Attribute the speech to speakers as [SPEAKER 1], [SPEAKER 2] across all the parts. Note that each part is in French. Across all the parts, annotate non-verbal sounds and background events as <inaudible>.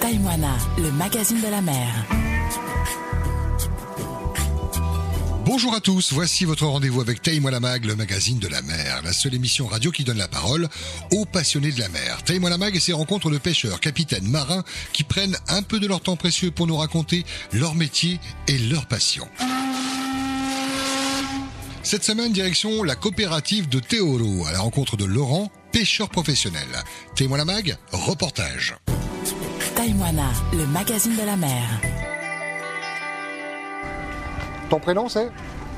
[SPEAKER 1] Taïwana, le magazine de la mer.
[SPEAKER 2] Bonjour à tous, voici votre rendez-vous avec Taïmois la Mag, le magazine de la mer, la seule émission radio qui donne la parole aux passionnés de la mer. Taïmois la Mag et ses rencontres de pêcheurs, capitaines, marins qui prennent un peu de leur temps précieux pour nous raconter leur métier et leur passion. Cette semaine, direction la coopérative de Théoro, à la rencontre de Laurent, pêcheur professionnel. Taïmois la Mag, reportage.
[SPEAKER 1] Taïwana, le magazine de la mer.
[SPEAKER 2] Ton prénom c'est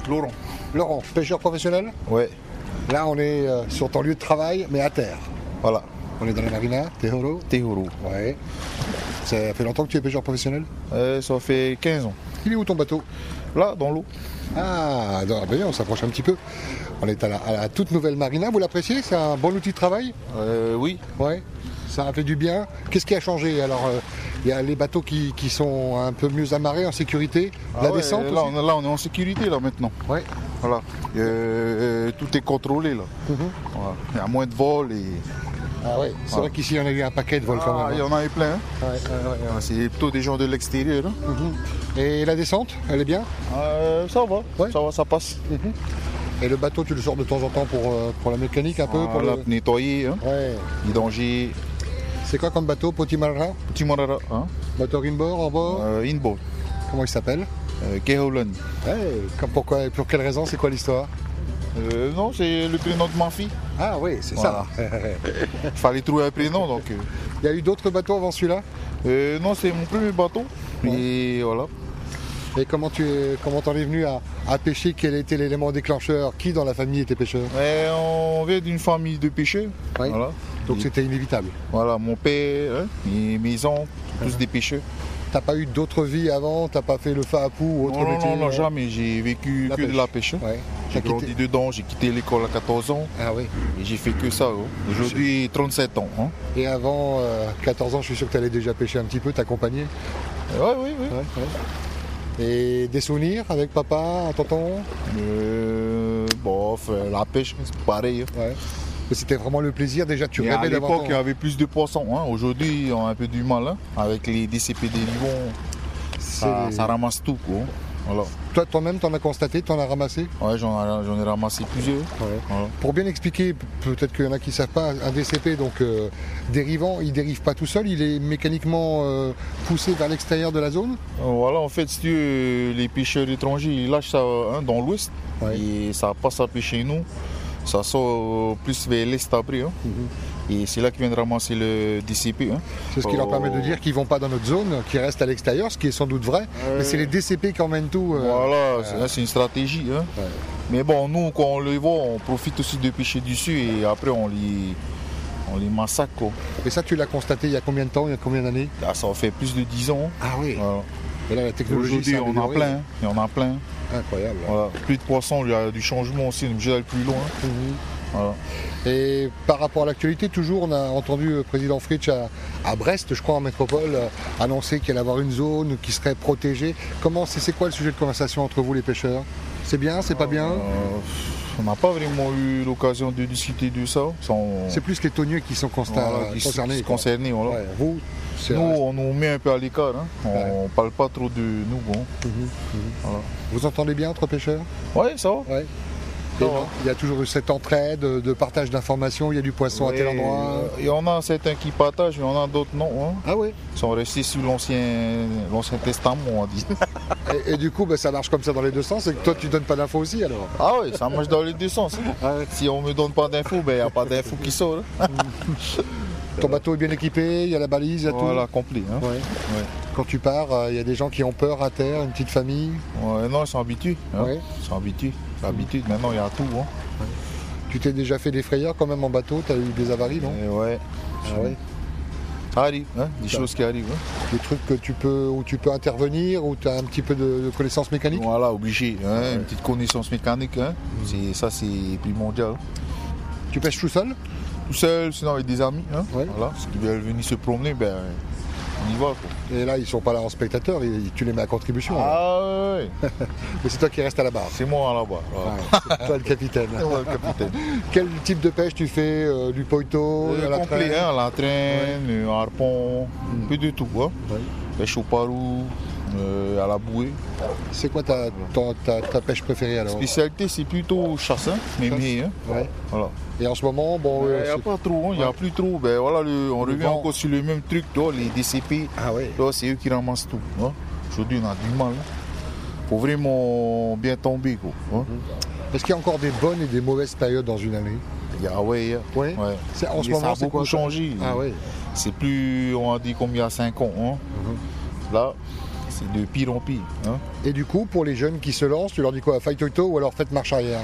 [SPEAKER 3] Laurent.
[SPEAKER 2] Laurent, pêcheur professionnel
[SPEAKER 3] Ouais,
[SPEAKER 2] Là, on est euh, sur ton lieu de travail, mais à terre.
[SPEAKER 3] voilà.
[SPEAKER 2] On est dans la marina, Tehoro
[SPEAKER 3] Théoro.
[SPEAKER 2] Ouais. Ça fait longtemps que tu es pêcheur professionnel
[SPEAKER 3] Euh, ça fait 15 ans.
[SPEAKER 2] Il est où ton bateau
[SPEAKER 3] Là, dans l'eau.
[SPEAKER 2] Ah, dans la baie, on s'approche un petit peu. On est à la, à la toute nouvelle marina, vous l'appréciez C'est un bon outil de travail
[SPEAKER 3] Euh, oui.
[SPEAKER 2] Ouais. Ça a fait du bien. Qu'est-ce qui a changé Alors, euh, il y a les bateaux qui, qui sont un peu mieux amarrés, en sécurité.
[SPEAKER 3] Ah
[SPEAKER 2] la
[SPEAKER 3] ouais,
[SPEAKER 2] descente
[SPEAKER 3] là,
[SPEAKER 2] aussi
[SPEAKER 3] on, là, on est en sécurité, là, maintenant.
[SPEAKER 2] Ouais.
[SPEAKER 3] Voilà. Euh, euh, tout est contrôlé, là.
[SPEAKER 2] Mhm.
[SPEAKER 3] Voilà. Il y a moins de vols et...
[SPEAKER 2] Ah ouais, c'est vrai qu'ici, on a eu un paquet de vols quand
[SPEAKER 3] Ah, il y
[SPEAKER 2] même.
[SPEAKER 3] en a eu plein. hein.
[SPEAKER 2] Ouais, ouais, ouais,
[SPEAKER 3] Ah, C'est plutôt des gens de l'extérieur. hein.
[SPEAKER 2] ouais. Mhm. Et la descente, elle est bien
[SPEAKER 3] Euh, ça va,
[SPEAKER 2] Ouais.
[SPEAKER 3] ça va, ça passe.
[SPEAKER 2] Et le bateau, tu le sors de temps en temps pour, euh, pour la mécanique un peu pour
[SPEAKER 3] Voilà,
[SPEAKER 2] le-
[SPEAKER 3] Ah, nettoyer, hein.
[SPEAKER 2] Ouais.
[SPEAKER 3] vidanger,
[SPEAKER 2] C'est quoi comme bateau Potimarra
[SPEAKER 3] petit morara, hein.
[SPEAKER 2] Moteur inboard, en bord
[SPEAKER 3] Euh, inboard,
[SPEAKER 2] Comment il s'appelle
[SPEAKER 3] euh, Keholen.
[SPEAKER 2] Ouais, comme- Pourquoi et pour quelle raison C'est quoi l'histoire
[SPEAKER 3] Euh, non, c'est le prénom de ma fille.
[SPEAKER 2] Ah oui, c'est <laughs>
[SPEAKER 3] Il fallait trouver un prénom, donc... euh,
[SPEAKER 2] il y a eu d'autres bateaux avant celui-là
[SPEAKER 3] Euh, non, c'est mon premier bateau. Et voilà.
[SPEAKER 2] Et comment tu es, comment t'en es venu à, à pêcher Quel était l'élément déclencheur Qui dans la famille était pêcheur
[SPEAKER 3] Et on vient d'une famille de pêcheurs.
[SPEAKER 2] Oui.
[SPEAKER 3] Voilà.
[SPEAKER 2] Donc
[SPEAKER 3] Et-
[SPEAKER 2] c'était inévitable.
[SPEAKER 3] voilà, mon père, hein, et mes oncles, tous des pêcheurs.
[SPEAKER 2] T'as pas eu d'autres vies avant T'as pas fait le FAPU ou autre
[SPEAKER 3] Non, non,
[SPEAKER 2] métier
[SPEAKER 3] non, non, jamais. J'ai vécu
[SPEAKER 2] euh, La
[SPEAKER 3] que
[SPEAKER 2] pêche.
[SPEAKER 3] de la pêche. hein.
[SPEAKER 2] Ouais.
[SPEAKER 3] J'ai
[SPEAKER 2] T'as quitté-
[SPEAKER 3] grandi dedans, j'ai quitté l'école à 14 ans
[SPEAKER 2] Ah oui.
[SPEAKER 3] et j'ai fait que ça. hein. Aujourd'hui, 37 ans. hein.
[SPEAKER 2] Et avant euh, 14 ans, je suis sûr que t'allais déjà pêcher un petit peu, t'accompagner.
[SPEAKER 3] Ouais, oui, oui.
[SPEAKER 2] Et des souvenirs avec papa, tonton
[SPEAKER 3] Euh, bof, euh, la pêche, c'est pareil. hein.
[SPEAKER 2] Ouais. Mais c'était vraiment le plaisir. Déjà, tu
[SPEAKER 3] Et à
[SPEAKER 2] rêvais d'avoir.
[SPEAKER 3] l'époque,
[SPEAKER 2] ton-
[SPEAKER 3] il y avait plus de poissons. hein. Aujourd'hui, on a un peu du mal. hein. Avec les DCP des Lyon, ça,
[SPEAKER 2] C'est-
[SPEAKER 3] ça ramasse tout. Quoi. hein. Voilà.
[SPEAKER 2] Toi, toi-même, t'en as constaté, t'en as ramassé.
[SPEAKER 3] Ouais, j'en, j'en ai ramassé plusieurs. Voilà.
[SPEAKER 2] Pour bien expliquer, p- peut-être qu'il y en a qui ne savent pas, un DCP, donc euh, dérivant, il dérive pas tout seul, il est mécaniquement euh, poussé vers l'extérieur de la zone.
[SPEAKER 3] Euh, Voilà, en fait, si tu veux, les pêcheurs étrangers, ils lâchent ça hein, dans l'ouest
[SPEAKER 2] Ouais.
[SPEAKER 3] et ça passe à pêcher nous. Ça sort euh, plus vers l'est après. hein. Et c'est là qu'ils viennent ramasser le DCP. hein.
[SPEAKER 2] Mhm. C'est ce qui leur
[SPEAKER 3] Oh.
[SPEAKER 2] permet de dire qu'ils vont pas dans notre zone, qu'ils restent à l'extérieur, ce qui est sans doute vrai. Mais c'est les DCP qui emmènent tout. euh,
[SPEAKER 3] Voilà, c'est- là, c'est une stratégie. hein.
[SPEAKER 2] Ouais.
[SPEAKER 3] Mais bon, nous, quand on les voit, on profite aussi de pêcher dessus et après, on les, on les massacre. quoi.
[SPEAKER 2] Et ça, tu l'as constaté il y a combien de temps, il y a combien d'années
[SPEAKER 3] Là, ça fait plus de 10 ans. hein.
[SPEAKER 2] Ah oui.
[SPEAKER 3] Voilà.
[SPEAKER 2] Et là, la technologie,
[SPEAKER 3] Aujourd'hui,
[SPEAKER 2] s'est
[SPEAKER 3] on en a
[SPEAKER 2] améliorée.
[SPEAKER 3] plein. hein. Il y en a plein.
[SPEAKER 2] Incroyable.
[SPEAKER 3] Voilà. Plus de poissons, il y a du changement aussi, on est obligé d'aller plus loin.
[SPEAKER 2] Mhm.
[SPEAKER 3] Voilà.
[SPEAKER 2] Et par rapport à l'actualité, toujours, on a entendu le président Fritsch à, à Brest, je crois, en métropole, euh, annoncer qu'il allait avoir une zone qui serait protégée. Comment, c'est c'est quoi le sujet de conversation entre vous, les pêcheurs C'est bien, c'est pas bien
[SPEAKER 3] Euh, on n'a pas vraiment eu l'occasion de discuter de ça. Sans...
[SPEAKER 2] C'est plus les toniers qui sont consta-
[SPEAKER 3] Voilà, qui-
[SPEAKER 2] concernés.
[SPEAKER 3] qui-
[SPEAKER 2] quoi.
[SPEAKER 3] concernés, voilà.
[SPEAKER 2] Ouais, vous, c'est
[SPEAKER 3] Nous, on nous met un peu à l'écart. hein. On
[SPEAKER 2] Ouais.
[SPEAKER 3] parle pas trop de nous. Bon.
[SPEAKER 2] vous entendez bien entre pêcheurs
[SPEAKER 3] Ouais, ça va.
[SPEAKER 2] Ouais.
[SPEAKER 3] Ça
[SPEAKER 2] Et
[SPEAKER 3] va.
[SPEAKER 2] non, Il y a toujours eu cette entraide de de partage d'informations, il y a du poisson à tel
[SPEAKER 3] Ouais,
[SPEAKER 2] endroit.
[SPEAKER 3] euh, Il y en a certains qui partagent, il y en a d'autres non. hein.
[SPEAKER 2] Ah oui
[SPEAKER 3] Ils sont restés sur l'ancien l'ancien testament, on dit.
[SPEAKER 2] et, et du coup, ben, ça marche comme ça dans les deux sens, et que toi, tu donnes pas d'infos aussi alors
[SPEAKER 3] <laughs> ah oui, ça marche dans les deux sens. hein.
[SPEAKER 2] Ah ouais.
[SPEAKER 3] Si on me donne pas d'infos, ben, il n'y a pas d'infos qui sortent. hein.
[SPEAKER 2] Ton bateau est bien équipé, il y a la balise, il y a tout.
[SPEAKER 3] Voilà, complet. hein.
[SPEAKER 2] Ouais. Quand tu pars, euh, il y a des gens qui ont peur à terre, une petite famille.
[SPEAKER 3] Ouais, non, ils sont habitués. hein.
[SPEAKER 2] Ouais.
[SPEAKER 3] Ils sont habitués. C'est habitué. Maintenant, il y a tout. hein.
[SPEAKER 2] Tu t'es déjà fait des frayeurs quand même en bateau, t'as eu des avaries, non
[SPEAKER 3] Eh ouais.
[SPEAKER 2] Ah ouais.
[SPEAKER 3] Ça arrive, hein, des choses qui arrivent. hein.
[SPEAKER 2] Des trucs que tu peux, où tu peux intervenir, où tu as un petit peu de, de connaissances mécaniques
[SPEAKER 3] Voilà, obligé. hein, Une petite connaissance mécanique, hein.
[SPEAKER 2] Mm.
[SPEAKER 3] C'est- ça c'est primordial.
[SPEAKER 2] Tu pêches tout seul
[SPEAKER 3] Tout seul, sinon avec des amis. hein,
[SPEAKER 2] Ouais.
[SPEAKER 3] Voilà, ceux qui veulent venir se promener, ben, on y va. Quoi.
[SPEAKER 2] Et là, ils sont pas là en spectateur, ils- tu les mets à contribution. alors.
[SPEAKER 3] Ah oui,
[SPEAKER 2] Mais c'est toi qui restes à la barre.
[SPEAKER 3] c'est moi
[SPEAKER 2] <laughs>
[SPEAKER 3] là-bas.
[SPEAKER 2] Ouais, c'est toi le capitaine.
[SPEAKER 3] C'est moi le <laughs> capitaine.
[SPEAKER 2] Quel type de pêche tu fais euh, Du poito
[SPEAKER 3] Euh,
[SPEAKER 2] à la
[SPEAKER 3] complet,
[SPEAKER 2] traîne Mm.
[SPEAKER 3] hein, la traîne, euh, harpon, un peu de tout. Hein.
[SPEAKER 2] Ouais.
[SPEAKER 3] Pêche au parou, euh, à la bouée.
[SPEAKER 2] C'est quoi ta, ta- ta- ta pêche préférée alors
[SPEAKER 3] Spécialité, c'est plutôt chasse, hein, mais
[SPEAKER 2] Chasse.
[SPEAKER 3] mieux. Hein.
[SPEAKER 2] Ouais.
[SPEAKER 3] Voilà.
[SPEAKER 2] Et en ce moment, bon,
[SPEAKER 3] Il
[SPEAKER 2] euh,
[SPEAKER 3] n'y a
[SPEAKER 2] c'est-
[SPEAKER 3] pas trop, il n'y a
[SPEAKER 2] Ouais.
[SPEAKER 3] plus trop. Ben, voilà, le- on
[SPEAKER 2] Le
[SPEAKER 3] revient
[SPEAKER 2] vent.
[SPEAKER 3] encore sur le même truc, là, les DCP.
[SPEAKER 2] Ah ouais.
[SPEAKER 3] Là, c'est eux qui ramassent tout. hein. Aujourd'hui, on a du mal. Il faut vraiment bien tomber. Quoi, hein.
[SPEAKER 2] Est-ce qu'il y a encore des bonnes et des mauvaises périodes dans une année
[SPEAKER 3] Il y a- ouais, il y a-
[SPEAKER 2] Mhm. Ouais.
[SPEAKER 3] ouais.
[SPEAKER 2] C'est- en ce
[SPEAKER 3] Mais ça
[SPEAKER 2] moment,
[SPEAKER 3] a
[SPEAKER 2] c'est
[SPEAKER 3] beaucoup
[SPEAKER 2] quoi, ça
[SPEAKER 3] changé.
[SPEAKER 2] Ah ouais.
[SPEAKER 3] C'est plus, on a dit, comme il y a 5 ans. hein.
[SPEAKER 2] Mhm.
[SPEAKER 3] Là, c'est de pire en pire. hein.
[SPEAKER 2] Et du coup, pour les jeunes qui se lancent, tu leur dis quoi Fight toto ou alors faites marche arrière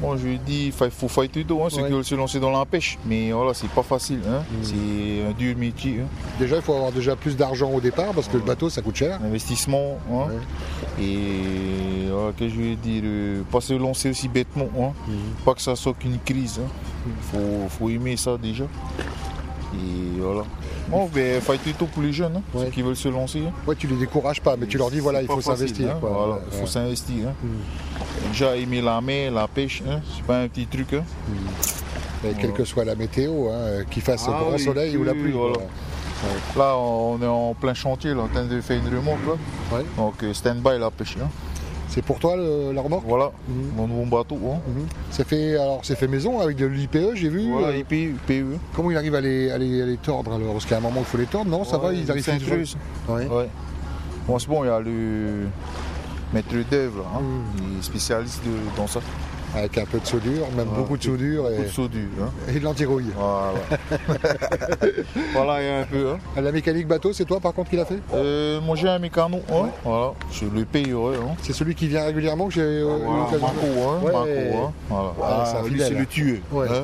[SPEAKER 3] Moi, je dis, il faut fighter tout, hein, ceux
[SPEAKER 2] Ouais. Mhm.
[SPEAKER 3] qui veulent se lancer dans la pêche. Mais voilà, c'est pas facile. hein. C'est un dur métier. hein.
[SPEAKER 2] Déjà, il faut avoir déjà plus d'argent au départ parce que le bateau, ça coûte cher.
[SPEAKER 3] investissement. hein. Et voilà, que je veux dire, euh, pas se lancer aussi bêtement. hein.
[SPEAKER 2] Mhm.
[SPEAKER 3] Pas que ça soit qu'une crise. Il faut, faut aimer ça déjà. Et voilà. Bon, ben, fight tout pour les jeunes, hein,
[SPEAKER 2] Ouais.
[SPEAKER 3] ceux qui veulent se lancer. hein.
[SPEAKER 2] Ouais, tu les décourages pas, mais tu leur dis
[SPEAKER 3] C'est
[SPEAKER 2] voilà, il
[SPEAKER 3] pas
[SPEAKER 2] faut
[SPEAKER 3] facile,
[SPEAKER 2] s'investir.
[SPEAKER 3] hein.
[SPEAKER 2] quoi.
[SPEAKER 3] Voilà,
[SPEAKER 2] Ouais. Mhm.
[SPEAKER 3] il faut s'investir. hein. Déjà aimer la mer, la pêche, hein, c'est pas un petit truc. hein.
[SPEAKER 2] Et quelle que soit la météo, hein, euh, qu'il fasse
[SPEAKER 3] Ah
[SPEAKER 2] grand
[SPEAKER 3] oui,
[SPEAKER 2] soleil ou la
[SPEAKER 3] oui,
[SPEAKER 2] pluie.
[SPEAKER 3] voilà.
[SPEAKER 2] quoi.
[SPEAKER 3] Là, on est en plein chantier, là, en train de faire une remorque. là.
[SPEAKER 2] Ouais.
[SPEAKER 3] Donc, euh, stand-by la pêche. hein.
[SPEAKER 2] C'est pour toi le- la remorque
[SPEAKER 3] Voilà, mon nouveau bateau. hein.
[SPEAKER 2] Mhm. C'est fait, alors c'est fait maison avec de l'IPE, j'ai vu.
[SPEAKER 3] Voilà,
[SPEAKER 2] Euh,
[SPEAKER 3] IPE.
[SPEAKER 2] Comment il arrive à les, à les- à les tordre alors Parce qu'à un moment, il faut les tordre, non Ça va,
[SPEAKER 3] Ouais,
[SPEAKER 2] ils arrivent
[SPEAKER 3] une
[SPEAKER 2] toujours-
[SPEAKER 3] ceintureuse.
[SPEAKER 2] Ouais.
[SPEAKER 3] Ouais. Bon, c'est bon, il y a le maître d'œuvre, hein,
[SPEAKER 2] Mm.
[SPEAKER 3] il est spécialiste de- dans ça.
[SPEAKER 2] Avec un peu de soudure, même beaucoup de soudure
[SPEAKER 3] Coup de
[SPEAKER 2] et,
[SPEAKER 3] soudure. hein.
[SPEAKER 2] et de l'antirouille.
[SPEAKER 3] Voilà.
[SPEAKER 2] <laughs>
[SPEAKER 3] voilà, il y a un peu. hein.
[SPEAKER 2] La mécanique bateau, c'est toi par contre qui l'a fait
[SPEAKER 3] Euh, moi, j'ai un mécano. hein, Voilà, je le paye. Ouais, hein.
[SPEAKER 2] C'est celui qui vient régulièrement que j'ai euh, eu
[SPEAKER 3] Voilà,
[SPEAKER 2] l'occasion de-
[SPEAKER 3] Marco, hein,
[SPEAKER 2] Ouais.
[SPEAKER 3] Marco, hein, voilà.
[SPEAKER 2] Voilà, c'est un
[SPEAKER 3] Ah, lui,
[SPEAKER 2] fidèle.
[SPEAKER 3] c'est le tueur.
[SPEAKER 2] Ouais.
[SPEAKER 3] hein.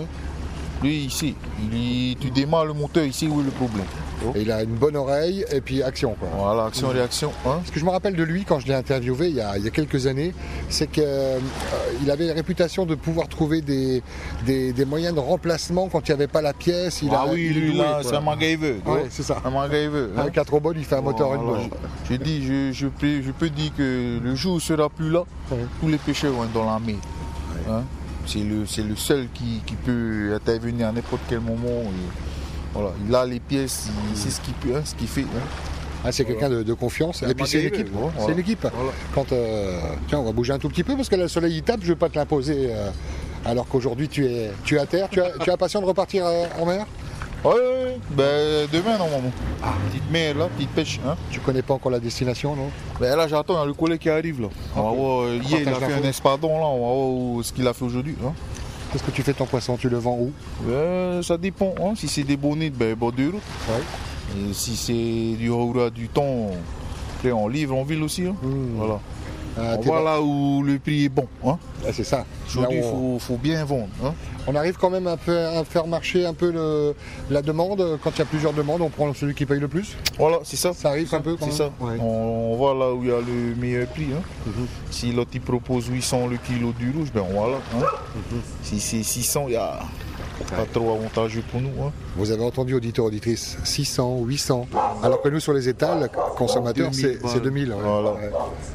[SPEAKER 3] Lui, ici, il- tu démarres le moteur, ici, où est le problème
[SPEAKER 2] Et il a une bonne oreille et puis action quoi.
[SPEAKER 3] Voilà, action-réaction. Hein.
[SPEAKER 2] Ce que je me rappelle de lui quand je l'ai interviewé il y, a, il y a quelques années, c'est qu'il avait la réputation de pouvoir trouver des, des, des moyens de remplacement quand il n'y avait pas la pièce. Il
[SPEAKER 3] ah
[SPEAKER 2] a-
[SPEAKER 3] oui,
[SPEAKER 2] il est
[SPEAKER 3] lui,
[SPEAKER 2] doué,
[SPEAKER 3] là,
[SPEAKER 2] quoi.
[SPEAKER 3] c'est un MacGyver. tu
[SPEAKER 2] Ouais,
[SPEAKER 3] vois.
[SPEAKER 2] c'est ça.
[SPEAKER 3] Un MacGyver. hein.
[SPEAKER 2] Avec un trombone, il fait un moteur et une
[SPEAKER 3] Voilà,
[SPEAKER 2] bouche.
[SPEAKER 3] Oh, je, je dis, je, je peux, je peux dire que le jour où il sera plus là,
[SPEAKER 2] Ouais.
[SPEAKER 3] tous les pêcheurs vont être dans la mer. Hein. C'est le, c'est le seul qui, qui peut intervenir à n'importe quel moment. et voilà, il a les pièces, il sait ce qu'il peut, hein, ce qu'il fait. hein.
[SPEAKER 2] Ah, c'est quelqu'un de, de confiance.
[SPEAKER 3] un
[SPEAKER 2] Et puis c'est une
[SPEAKER 3] MacGyver,
[SPEAKER 2] équipe.
[SPEAKER 3] voilà.
[SPEAKER 2] C'est une équipe.
[SPEAKER 3] Voilà.
[SPEAKER 2] Quand euh, tiens, on va bouger un tout petit peu parce que là, le soleil il tape, je ne vais pas te l'imposer. euh, alors qu'aujourd'hui tu es, tu es à terre, tu as, tu as patient de repartir euh, en mer
[SPEAKER 3] Ouais, ouais, ouais. Ben, demain normalement.
[SPEAKER 2] Ah.
[SPEAKER 3] Petite mer là, petite pêche. hein.
[SPEAKER 2] Tu connais pas encore la destination, non
[SPEAKER 3] Ben, là j'attends, il y a le collègue qui arrive là. On va voir, euh, hier il a
[SPEAKER 2] Partage
[SPEAKER 3] fait un
[SPEAKER 2] l'info.
[SPEAKER 3] espadon là, on va voir où- ce qu'il a fait aujourd'hui. hein.
[SPEAKER 2] Qu'est-ce que tu fais ton poisson Tu le vends où
[SPEAKER 3] Euh, ça dépend, hein. si c'est des bonnets, ben bord de route.
[SPEAKER 2] Ouais.
[SPEAKER 3] Et si c'est du aura du temps, après on livre en ville aussi. hein.
[SPEAKER 2] Mmh.
[SPEAKER 3] Voilà.
[SPEAKER 2] Ah,
[SPEAKER 3] on
[SPEAKER 2] t'es
[SPEAKER 3] voit
[SPEAKER 2] là-
[SPEAKER 3] là où le prix est bon. hein.
[SPEAKER 2] Ah, C'est ça. Là,
[SPEAKER 3] Aujourd'hui, il
[SPEAKER 2] on-
[SPEAKER 3] faut, faut bien vendre. hein.
[SPEAKER 2] On arrive quand même un peu à faire marcher un peu le- la demande. Quand il y a plusieurs demandes, on prend celui qui paye le plus.
[SPEAKER 3] Voilà, c'est ça.
[SPEAKER 2] Ça arrive un peu quand
[SPEAKER 3] C'est
[SPEAKER 2] même.
[SPEAKER 3] ça.
[SPEAKER 2] Ouais. Mhm.
[SPEAKER 3] On, on voit là où il y a le meilleur prix. hein. Si l'autre il propose 800 le kilo du rouge, ben voilà. hein.
[SPEAKER 2] Mhm.
[SPEAKER 3] Si c'est 600, il n'y a pas trop avantageux pour nous. hein.
[SPEAKER 2] Vous avez entendu, auditeur, auditrice, 600, 800. Alors que nous, sur les étals, consommateurs,
[SPEAKER 3] 2000
[SPEAKER 2] c'est c'est 2000. ouais.
[SPEAKER 3] Voilà.
[SPEAKER 2] Ouais.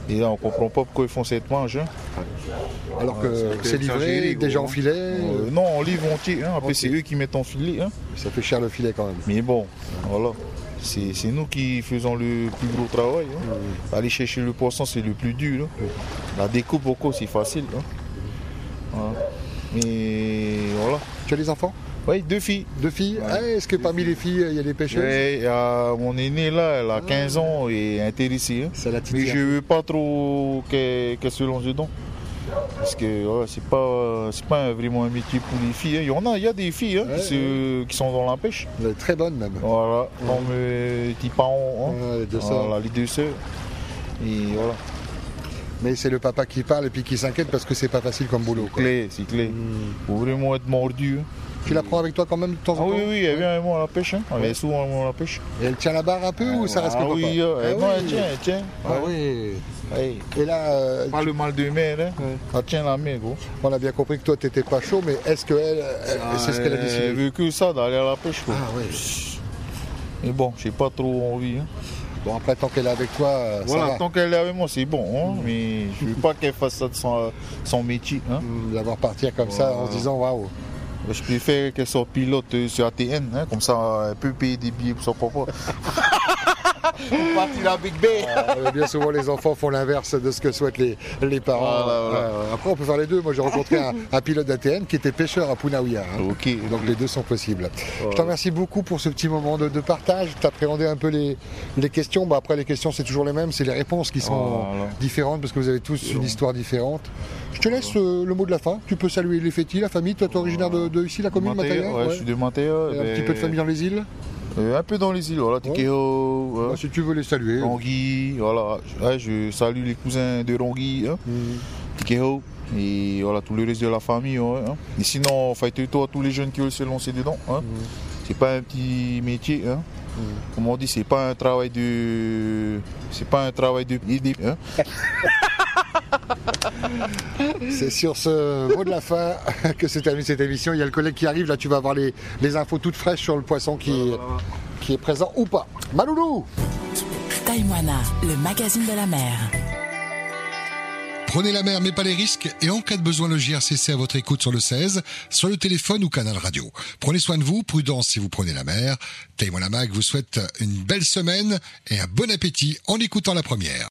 [SPEAKER 3] Et là, on comprend pas pourquoi ils font cette manche. hein.
[SPEAKER 2] Alors que
[SPEAKER 3] c'est
[SPEAKER 2] c'est
[SPEAKER 3] exagéré,
[SPEAKER 2] livré,
[SPEAKER 3] gros.
[SPEAKER 2] déjà en filet.
[SPEAKER 3] Euh, non, on livre entier. hein. Après, c'est eux qui mettent en filet. hein.
[SPEAKER 2] Ça fait cher le filet quand même.
[SPEAKER 3] Mais bon, voilà. C'est c'est nous qui faisons le plus gros travail. hein. Aller chercher le poisson, c'est le plus dur. hein. La découpe au corps, c'est facile. hein. Voilà. Mais voilà.
[SPEAKER 2] Tu as des enfants
[SPEAKER 3] Oui, deux filles.
[SPEAKER 2] Deux filles Ah, Est-ce que parmi les filles, il y a des pêcheuses
[SPEAKER 3] Ouais, il y a euh, mon aînée là, elle a 15 ans et est intéressée. hein.
[SPEAKER 2] Ça la
[SPEAKER 3] Mais
[SPEAKER 2] titille.
[SPEAKER 3] je veux pas trop qu'elle qu'elle se lance dedans. Parce que voilà, c'est pas, c'est pas vraiment un métier pour les filles. hein. Il y en a, il y a des filles hein,
[SPEAKER 2] Ouais,
[SPEAKER 3] qui, se- qui sont dans la pêche.
[SPEAKER 2] Elle est Très bonne même.
[SPEAKER 3] Voilà, comme euh, tes parents. hein.
[SPEAKER 2] Ouais, les deux sœurs.
[SPEAKER 3] Voilà, les deux sœurs. Et voilà,
[SPEAKER 2] Mais c'est le papa qui parle et puis qui s'inquiète parce que c'est pas facile comme boulot. quoi.
[SPEAKER 3] clé, c'est clé.
[SPEAKER 2] Hmm.
[SPEAKER 3] Faut vraiment être mordu. hein.
[SPEAKER 2] Tu la prends avec toi quand même de temps
[SPEAKER 3] Ah
[SPEAKER 2] en temps
[SPEAKER 3] oui, oui, elle vient avec moi à la pêche. Hein. Elle vient souvent avec moi à la pêche.
[SPEAKER 2] Et elle tient la barre un peu ou ça reste
[SPEAKER 3] ah
[SPEAKER 2] le papa
[SPEAKER 3] oui, euh,
[SPEAKER 2] Ah
[SPEAKER 3] elle- non,
[SPEAKER 2] oui.
[SPEAKER 3] elle tient, elle tient.
[SPEAKER 2] Ah oui.
[SPEAKER 3] Ouais.
[SPEAKER 2] Et là, euh,
[SPEAKER 3] Pas le mal de mer, hein. Elle tient la mer, gros.
[SPEAKER 2] on a bien compris que toi, t'étais pas chaud, mais est-ce que elle, elle- c'est ce qu'elle a
[SPEAKER 3] Ah, Elle
[SPEAKER 2] décidé
[SPEAKER 3] veut que ça, d'aller à la pêche, quoi.
[SPEAKER 2] Ah oui.
[SPEAKER 3] Mais bon, j'ai pas trop envie. hein.
[SPEAKER 2] Bon, après, tant qu'elle est avec toi, euh,
[SPEAKER 3] Voilà,
[SPEAKER 2] ça va. Hmm.
[SPEAKER 3] tant qu'elle est avec moi, c'est bon. hein, Mais je veux pas qu'elle fasse ça de son, son métier. hein.
[SPEAKER 2] Mm, D'avoir partir comme ça en se
[SPEAKER 3] Voilà.
[SPEAKER 2] disant waouh.
[SPEAKER 3] Je préfère qu'elle soit pilote euh, sur ATN. hein, Comme ça, elle peut payer des billets pour son papa. <laughs> Pour partir à Big Bay.
[SPEAKER 2] Euh, Bien souvent, les enfants font l'inverse de ce que souhaitent les, les parents.
[SPEAKER 3] Voilà, voilà.
[SPEAKER 2] Euh, après, on peut faire les deux. Moi, j'ai rencontré un, un pilote d'ATN qui était pêcheur à Punaouia. hein.
[SPEAKER 3] Ah, Ok, ok.
[SPEAKER 2] Donc, les deux sont possibles. Je te remercie beaucoup pour ce petit moment de, de partage. Tu appréhendais un peu les, les questions. Bah, après, les questions, c'est toujours les mêmes. C'est les réponses qui sont
[SPEAKER 3] Voilà.
[SPEAKER 2] différentes parce que vous avez tous une histoire différente. Je te laisse euh, le mot de la fin. Tu peux saluer les fétis, la famille. Toi, tu es originaire de, de ici, la commune,
[SPEAKER 3] Mantea,
[SPEAKER 2] Mataya
[SPEAKER 3] ouais, je suis de Mantea,
[SPEAKER 2] Et
[SPEAKER 3] ben,
[SPEAKER 2] Un petit peu de famille dans les îles.
[SPEAKER 3] euh, un peu dans les îles, voilà, Tikeo,
[SPEAKER 2] Bah,
[SPEAKER 3] hein,
[SPEAKER 2] si tu veux les saluer.
[SPEAKER 3] Rongui, voilà. Je- ouais, je salue les cousins de Rongui, hein,
[SPEAKER 2] Mm.
[SPEAKER 3] Tikeo, et voilà, tout le reste de la famille. ouais, hein. Et sinon, faites-toi tous les jeunes qui veulent se lancer dedans. hein. C'est pas un petit métier. hein. Comme on dit, c'est pas un travail de. C'est pas un travail de. hein.
[SPEAKER 2] C'est sur ce mot de la fin <laughs> que se termine cette émission. Il y a le collègue qui arrive. Là, tu vas avoir les, les infos toutes fraîches sur le poisson qui, qui est présent ou pas. Maloulou
[SPEAKER 1] Taïwana, le magazine de la mer.
[SPEAKER 2] Prenez la mer mais pas les risques et en cas de besoin le JRCC à votre écoute sur le 16, sur le téléphone ou canal radio. Prenez soin de vous, prudence si vous prenez la mer. Taïwan Lamag vous souhaite une belle semaine et un bon appétit en écoutant la première.